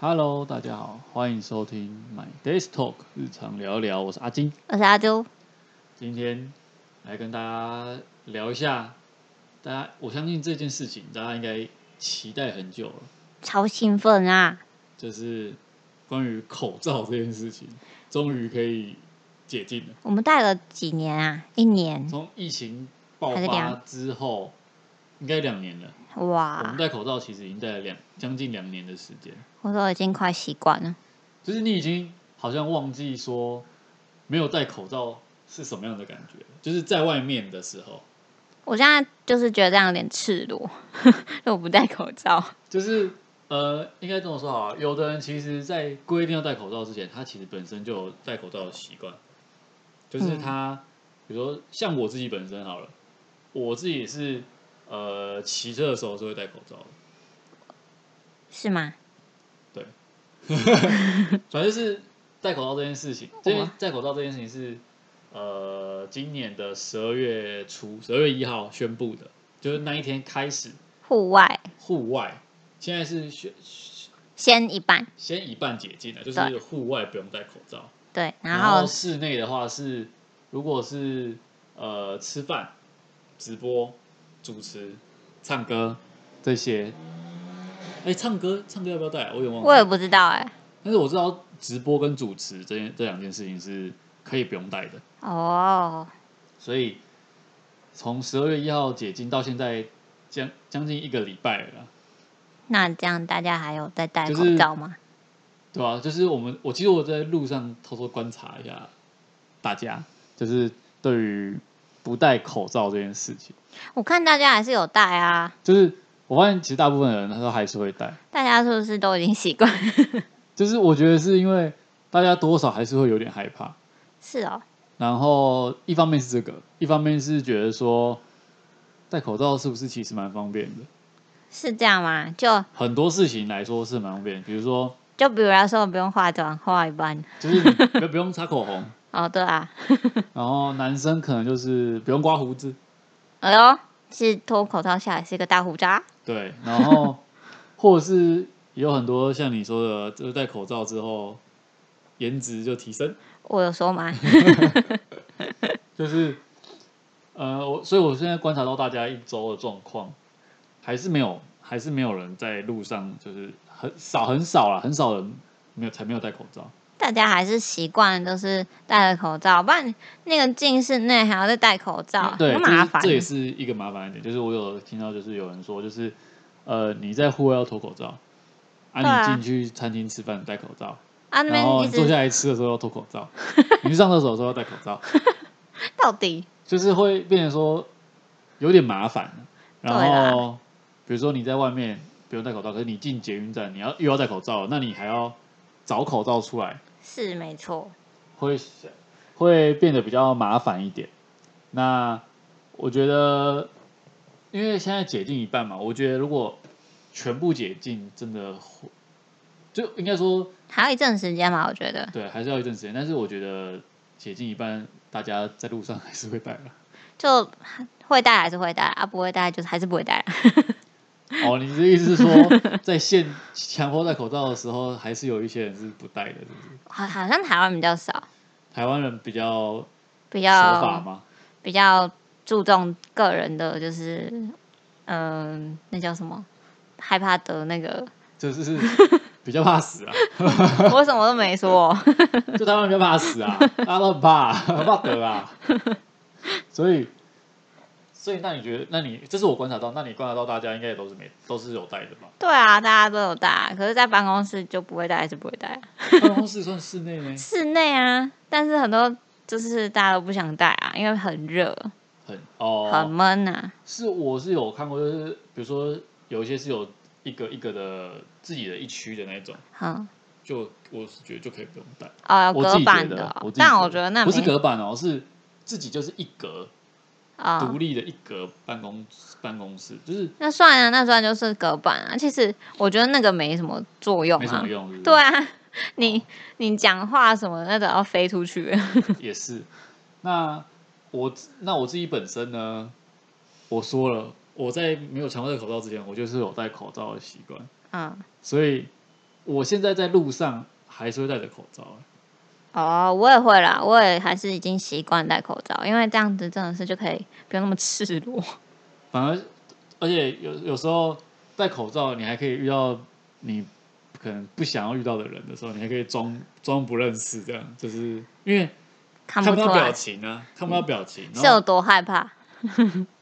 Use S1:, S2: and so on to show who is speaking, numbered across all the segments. S1: Hello，大家好，欢迎收听 My Desk Talk 日常聊聊，我是阿金，
S2: 我是阿朱。
S1: 今天来跟大家聊一下，大家我相信这件事情大家应该期待很久了，
S2: 超兴奋啊！
S1: 就是关于口罩这件事情，终于可以解禁了。
S2: 我们戴了几年啊？一年
S1: 从疫情爆
S2: 还是
S1: 发
S2: 两
S1: 之后，应该两年了。我
S2: 哇
S1: 们，戴口罩其实已经戴了两将近两年的时间，
S2: 我都已经快习惯了。
S1: 就是你已经好像忘记说没有戴口罩是什么样的感觉了，就是在外面的时候，
S2: 我现在就是觉得这样有点赤裸， 因为我不戴口罩。
S1: 就是呃，应该这么说好了，有的人其实，在规定要戴口罩之前，他其实本身就有戴口罩的习惯，就是他，比如说像我自己本身好了，我自己也是呃骑车的时候是会戴口罩的。
S2: 是吗？
S1: 反正就是戴口罩这件事情，这件
S2: 哇
S1: 戴口罩这件事情是呃今年的十二月初，十二月一号宣布的，就是那一天开始
S2: 户外
S1: 户外，现在是先
S2: 先一半，
S1: 先一半解禁了，就
S2: 对
S1: 是户外不用戴口罩，
S2: 对，然
S1: 然
S2: 后
S1: 室内的话是如果是呃吃饭、直播、主持、唱歌这些。哎、唱歌，唱歌要不要戴？我有点忘记。
S2: 我也不知道哎、
S1: 但是我知道直播跟主持这件这两件事情是可以不用带的，
S2: 哦，
S1: 所以从十二月一号解禁到现在将将近一个礼拜了啦，
S2: 那这样大家还有在戴
S1: 就
S2: 口
S1: 是
S2: 罩吗？
S1: 对吧、就是我们我其实我在路上偷偷观察一下大家，就是对于不戴口罩这件事情，
S2: 我看大家还是有戴啊，
S1: 就是我发现其实大部分人他都还是会戴，
S2: 大家是不是都已经习惯？
S1: 就是我觉得是因为大家多少还是会有点害怕，
S2: 是哦，
S1: 然后一方面是这个，一方面是觉得说戴口罩是不是其实蛮方便的，
S2: 是这样吗？就
S1: 很多事情来说是蛮方便的，比如说
S2: 就比如说不用化妆，化一半。
S1: 就是你不不用擦口红，
S2: 哦，对啊，
S1: 然后男生可能就是不用刮胡子，
S2: 哎呦，是脱口罩下来是一个大胡渣。
S1: 对，然后或者是有很多像你说的，就是戴口罩之后颜值就提升，
S2: 我有 说吗？
S1: 就是呃，我所以我现在观察到大家一周的状况，还是没有，还是没有人在路上，就是很少很少啦，很少人没有才没有戴口罩。
S2: 大家还是习惯就是戴了口罩，不然那个进室内还要再戴口罩，
S1: 对，
S2: 很
S1: 这
S2: 啊麻
S1: 是
S2: 烦。
S1: 这也是一个麻烦一点，就是我有听到，就是有人说，就是呃，你在户外要脱口罩，
S2: 对
S1: 啊，
S2: 啊
S1: 你进去餐厅吃饭戴口罩，
S2: 啊，那
S1: 然后
S2: 边
S1: 你
S2: 一
S1: 坐下
S2: 直
S1: 来吃的时候要脱口 罩，你去上厕所的时候要戴口罩，
S2: 到底
S1: 就是会变成说有点麻烦。然
S2: 对啦
S1: 后比如说你在外面不用戴口罩，可是你进捷运站你要又要戴口罩了，那你还要找口罩出来，
S2: 是没错，
S1: 会会变得比较麻烦一点。那我觉得，因为现在解禁一半嘛，我觉得如果全部解禁，真的会就应该说
S2: 还有一阵时间吧，我觉得
S1: 对，还是要一阵时间。但是我觉得解禁一半，大家在路上还是会戴了。
S2: 就会戴还是会戴啊，不会戴就是还是不会戴。
S1: 哦，你的意思是说，在现强迫戴口罩的时候，还是有一些人是不戴的，是不是？
S2: 好，好像台湾比较少，
S1: 台湾人比较
S2: 比
S1: 守法
S2: 较
S1: 吗？
S2: 比较注重个人的，就是嗯、那叫什么？害怕得那个，
S1: 就是比较怕死啊。
S2: 我什么都没说，
S1: 就台湾人比较怕死啊，大家都很怕、怕得啊。所以，所以那你觉得，那你这是我观察到，那你观察到大家应该也都是没都是有戴的吧？
S2: 对啊，大家都有戴，可是，在办公室就不会戴，还是不会戴啊。
S1: 办公室算室内呢，
S2: 室内啊，但是很多就是大家都不想戴啊，因为很热、
S1: 很
S2: 很
S1: 哦，
S2: 闷啊。
S1: 是我是有看过，就是比如说有一些是有一个一个的自己的一区的那种，
S2: 嗯，
S1: 就我是觉得就可以不用戴。
S2: 哦，有
S1: 我自
S2: 隔
S1: 己觉
S2: 板
S1: 得
S2: 哦，
S1: 我自己
S2: 但我觉得那
S1: 不是
S2: 没
S1: 隔板哦，是自己就是一格独
S2: 哦，
S1: 立的一格办公办公室，就是
S2: 那算了，那算就是隔板啊。其实我觉得那个没什么作用
S1: 没什
S2: 啊
S1: 么。用，是不是
S2: 对啊，你你讲话什么那都要飞出去。
S1: 也是。那我那我自己本身呢，我说了，我在没有强迫戴口罩之前，我就是有戴口罩的习惯，
S2: 嗯，
S1: 所以我现在在路上还是会戴着口罩、欸
S2: 哦，我也会啦，我也还是已经习惯戴口罩，因为这样子真的是就可以不用那么赤裸。
S1: 反而而且有有时候戴口罩，你还可以遇到你可能不想要遇到的人的时候，你还可以装装不认识，这样就是因为
S2: 看
S1: 不
S2: 出
S1: 到表
S2: 来
S1: 情啊，看不到表情。
S2: 嗯是有多害怕，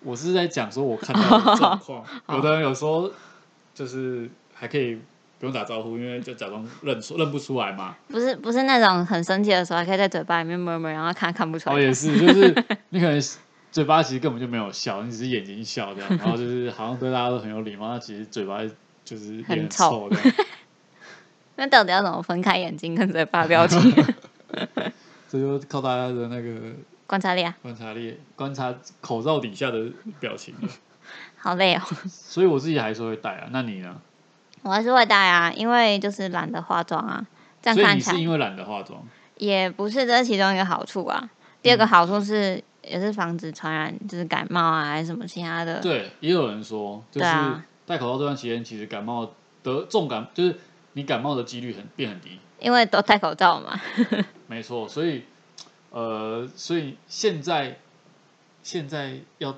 S1: 我是在讲说我看到的状 况，有的人有时候就是还可以不用打招呼，因为就假装认出认不出来嘛。
S2: 不是不是那种很生气的时候，还可以在嘴巴里面 murmur，然后看看不出
S1: 哦，
S2: 来。
S1: 也是，就是你可能嘴巴其实根本就没有笑，你只是眼睛笑 这样，然后就是好像对大家都很有礼貌，那其实嘴巴就是
S2: 很
S1: 脸
S2: 臭
S1: 臭这样。
S2: 那到底要怎么分开眼睛跟嘴巴 表情？
S1: 这就靠大家的那个
S2: 观察力啊，
S1: 观察力，观察口罩底下的表情了。
S2: 好累哦。
S1: 所以我自己还是会戴啊。那你呢？
S2: 我还是会戴啊，因为就是懒得化妆啊，这样
S1: 所以
S2: 看
S1: 你
S2: 起
S1: 是因
S2: 来
S1: 为懒得化妆，
S2: 也不是这是其中一个好处啊。第二个
S1: 嗯
S2: 好处是，也是防止传染，就是感冒啊，还是什么其他的。
S1: 对，也有人说，就
S2: 对
S1: 是
S2: 啊
S1: 戴口罩这段期间，其实感冒得重感，就是你感冒的几率很变很低。
S2: 因为都戴口罩嘛。
S1: 没错，所以呃，所以现在现在要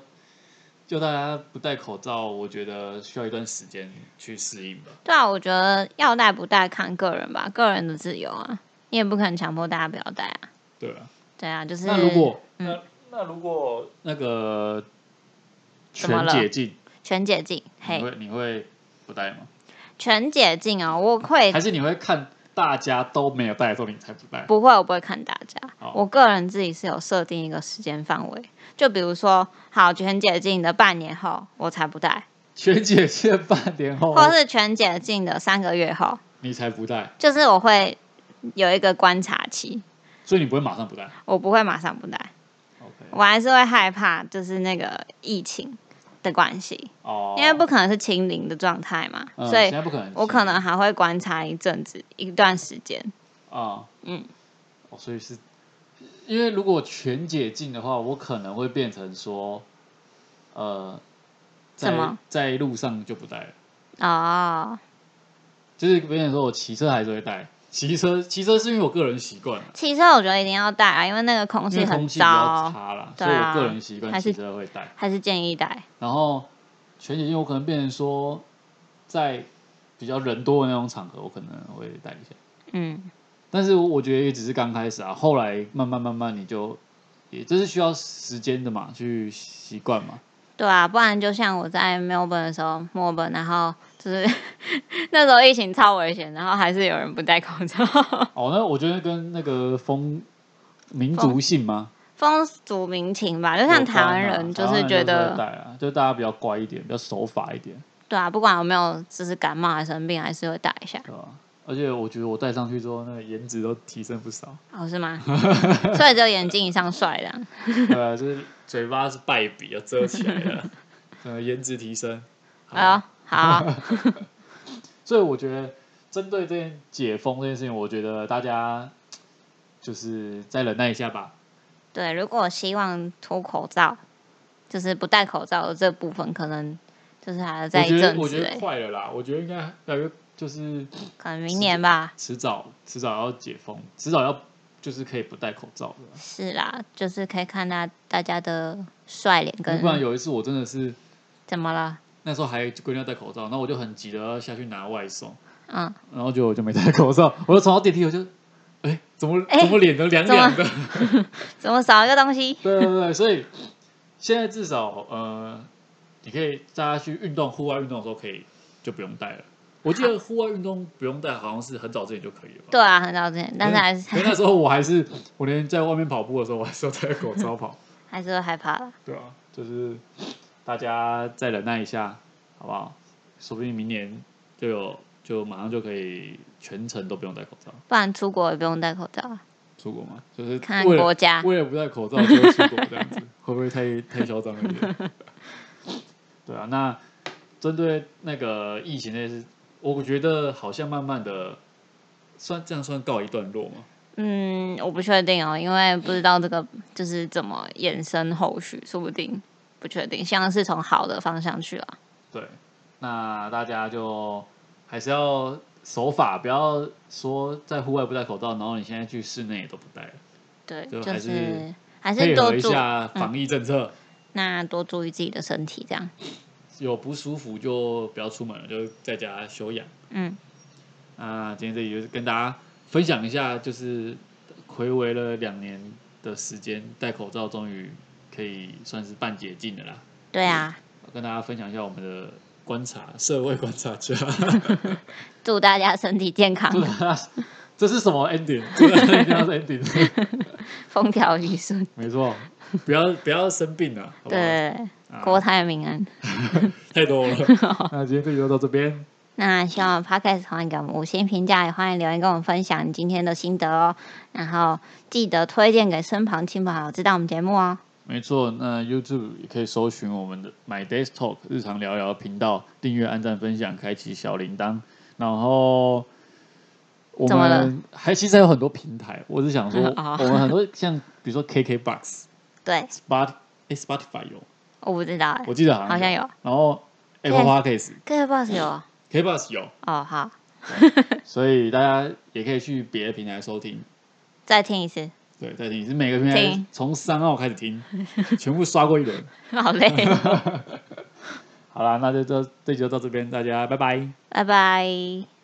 S1: 就大家不戴口罩，我觉得需要一段时间去适应吧。
S2: 对啊，我觉得要戴不戴看个人吧，个人的自由啊，你也不可能强迫大家不要戴啊。
S1: 对啊，
S2: 对啊，就是
S1: 那如果、
S2: 嗯
S1: 那那如果那个
S2: 怎么
S1: 全
S2: 了
S1: 解禁，
S2: 全解禁，
S1: 你
S2: 嘿，
S1: 会你会不戴吗？
S2: 全解禁哦，我会
S1: 还是你会看大家都没有戴的时候你才不戴？
S2: 不会，我不会看大家。
S1: 好
S2: 我个人自己是有设定一个时间范围，就比如说，好，全解禁的半年后我才不戴，
S1: 全解禁半年后
S2: 或是全解禁的三个月后，
S1: 你才不戴，
S2: 就是我会有一个观察期，
S1: 所以你不会马上不戴。
S2: 我不会马上不戴，
S1: OK，
S2: 我还是会害怕，就是那个疫情的关系，
S1: 哦，
S2: 因为不可能是清零的状态嘛，
S1: 嗯，
S2: 所
S1: 现
S2: 以
S1: 在不可能，
S2: 我可能还会观察一阵子，一段时间。
S1: 啊，
S2: 嗯，
S1: 哦，所以是，因为如果全解禁的话，我可能会变成说，呃，
S2: 怎
S1: 在
S2: 么
S1: 在路上就不戴了，
S2: 哦，
S1: 就是别人说我骑车还是会戴，骑车骑车是因为我个人习惯啊，
S2: 汽车我觉得一定要戴啊，因为那个空
S1: 因为
S2: 气
S1: 空
S2: 很
S1: 气比较
S2: 糟，
S1: 差啦，
S2: 对
S1: 所以我
S2: 啊
S1: 个人习惯
S2: 还
S1: 骑
S2: 是
S1: 车会戴。
S2: 还是建议戴。
S1: 然后全解禁，我可能变成说，在比较人多的那种场合，我可能会戴一下。
S2: 嗯，
S1: 但是我觉得也只是刚开始啊，后来慢慢慢慢你就也这是需要时间的嘛，去习惯嘛。
S2: 对啊，不然就像我在墨尔本的时候，墨尔本，然后就是 那时候疫情超危险，然后还是有人不戴口罩，
S1: 哦，那我觉得跟那个风民族性吗？
S2: 风俗民情吧，就像
S1: 啊
S2: 台湾人
S1: 就
S2: 就是觉
S1: 带
S2: 得，
S1: 啊，就大家比较乖一点，比较守法一点，
S2: 对啊，不管有没有就是感冒还是生病，还是会戴一下，
S1: 对吧？而且我觉得我戴上去之后，那个颜值都提升不少。
S2: 哦是吗？所以只有眼镜以上帅的啊，
S1: 对啊，就是嘴巴是败笔，要遮起来 的，呃，颜值提升。好
S2: 哎呦，好，
S1: 所以我觉得针对这件解封这件事情，我觉得大家就是再忍耐一下吧。
S2: 对，如果希望脱口罩，就是不戴口罩的这部分，可能就是还要
S1: 我
S2: 再一
S1: 觉得
S2: 阵
S1: 我
S2: 子
S1: 觉
S2: 欸、
S1: 得快了啦，我觉得应该大约就是
S2: 可能明年吧。
S1: 迟早迟早要解封，迟早要就是可以不戴口罩的。
S2: 是啦，就是可以看到大家的帅脸跟
S1: 不然有一次我真的是
S2: 怎么了？
S1: 那时候还规定要戴口罩，那我就很急的要下去拿外送，
S2: 嗯，
S1: 然后就我就没戴口罩，我就走到电梯我就，哎、怎么
S2: 哎
S1: 怎么脸都凉凉的？
S2: 怎么少一个东西？
S1: 对对对，所以现在至少呃，你可以大家去运动，户外运动的时候可以就不用戴了。我记得户外运动不用戴，好像是很早之前就可以了吧。
S2: 对啊，很早之前，但是还是
S1: 可是那时候我还是，我连在外面跑步的时候，我还是要戴口罩跑。
S2: 还是会害怕了。
S1: 对啊，就是大家再忍耐一下，好不好？说不定明年就有，就马上就可以全程都不用戴口罩。
S2: 不然出国也不用戴口罩啊，
S1: 出国嘛，就是
S2: 看
S1: 为了
S2: 国家。
S1: 为了不戴口罩就会出国这 样子，会不会太太嚣张了一点？对啊，那针对那个疫情那事，我觉得好像慢慢的算这样算告一段落嘛。
S2: 嗯，我不确定哦，因为不知道这个就是怎么衍生后续，说不定不确定，像是从好的方向去了。
S1: 对，那大家就还是要手法，不要说在户外不戴口罩，然后你现在去室内也都不戴了，
S2: 对，
S1: 就
S2: 就
S1: 还
S2: 是
S1: 是
S2: 还是嗯
S1: 配
S2: 多
S1: 合一
S2: 注
S1: 下防疫政策，
S2: 那多注意自己的身体，这样，
S1: 有不舒服就不要出门了，就在家休养。
S2: 嗯，
S1: 那今天这里就是跟大家分享一下，就是回违了两年的时间，戴口罩终于可以算是半解禁的啦。
S2: 对啊，
S1: 跟大家分享一下我们的观察，社会观察家。
S2: 祝大家身体健康，
S1: 这是什么 ending？这一定要是 ending。
S2: 风调雨顺，
S1: 没错，不要不要生病啊！好不好，
S2: 对，
S1: 啊
S2: 国泰民安。
S1: 太多了。那今天这集就到这边，
S2: 那希望 Podcast 欢迎给我们五星评价，也欢迎留言跟我们分享你今天的心得哦。然后记得推荐给身旁亲朋好友知道我们节目哦。
S1: 没错。那 YouTube 也可以搜寻我们的 My Days Talk 日常聊聊频道，订阅、按赞、分享，开启小铃铛。然后我
S2: 怎么了
S1: 们还其实还有很多平台，我是想说，
S2: 嗯 哦
S1: 我们很多像比如说 KKBox、
S2: 对，
S1: Spot、诶 Spotify 有，
S2: 我不知道哎
S1: 我记得好像
S2: 好像有。
S1: 然后 Apple
S2: Yes
S1: Podcast、
S2: ，Good Boss 有哦
S1: KBox 有，
S2: 哦，好，
S1: 所以大家也可以去别的平台收听。
S2: 再听一次，
S1: 对，再听是每个平台
S2: 听
S1: 从三号开始听，全部刷过一轮。
S2: 好 累，
S1: 好啦，那就这这集就到这边，大家拜拜。
S2: 拜拜。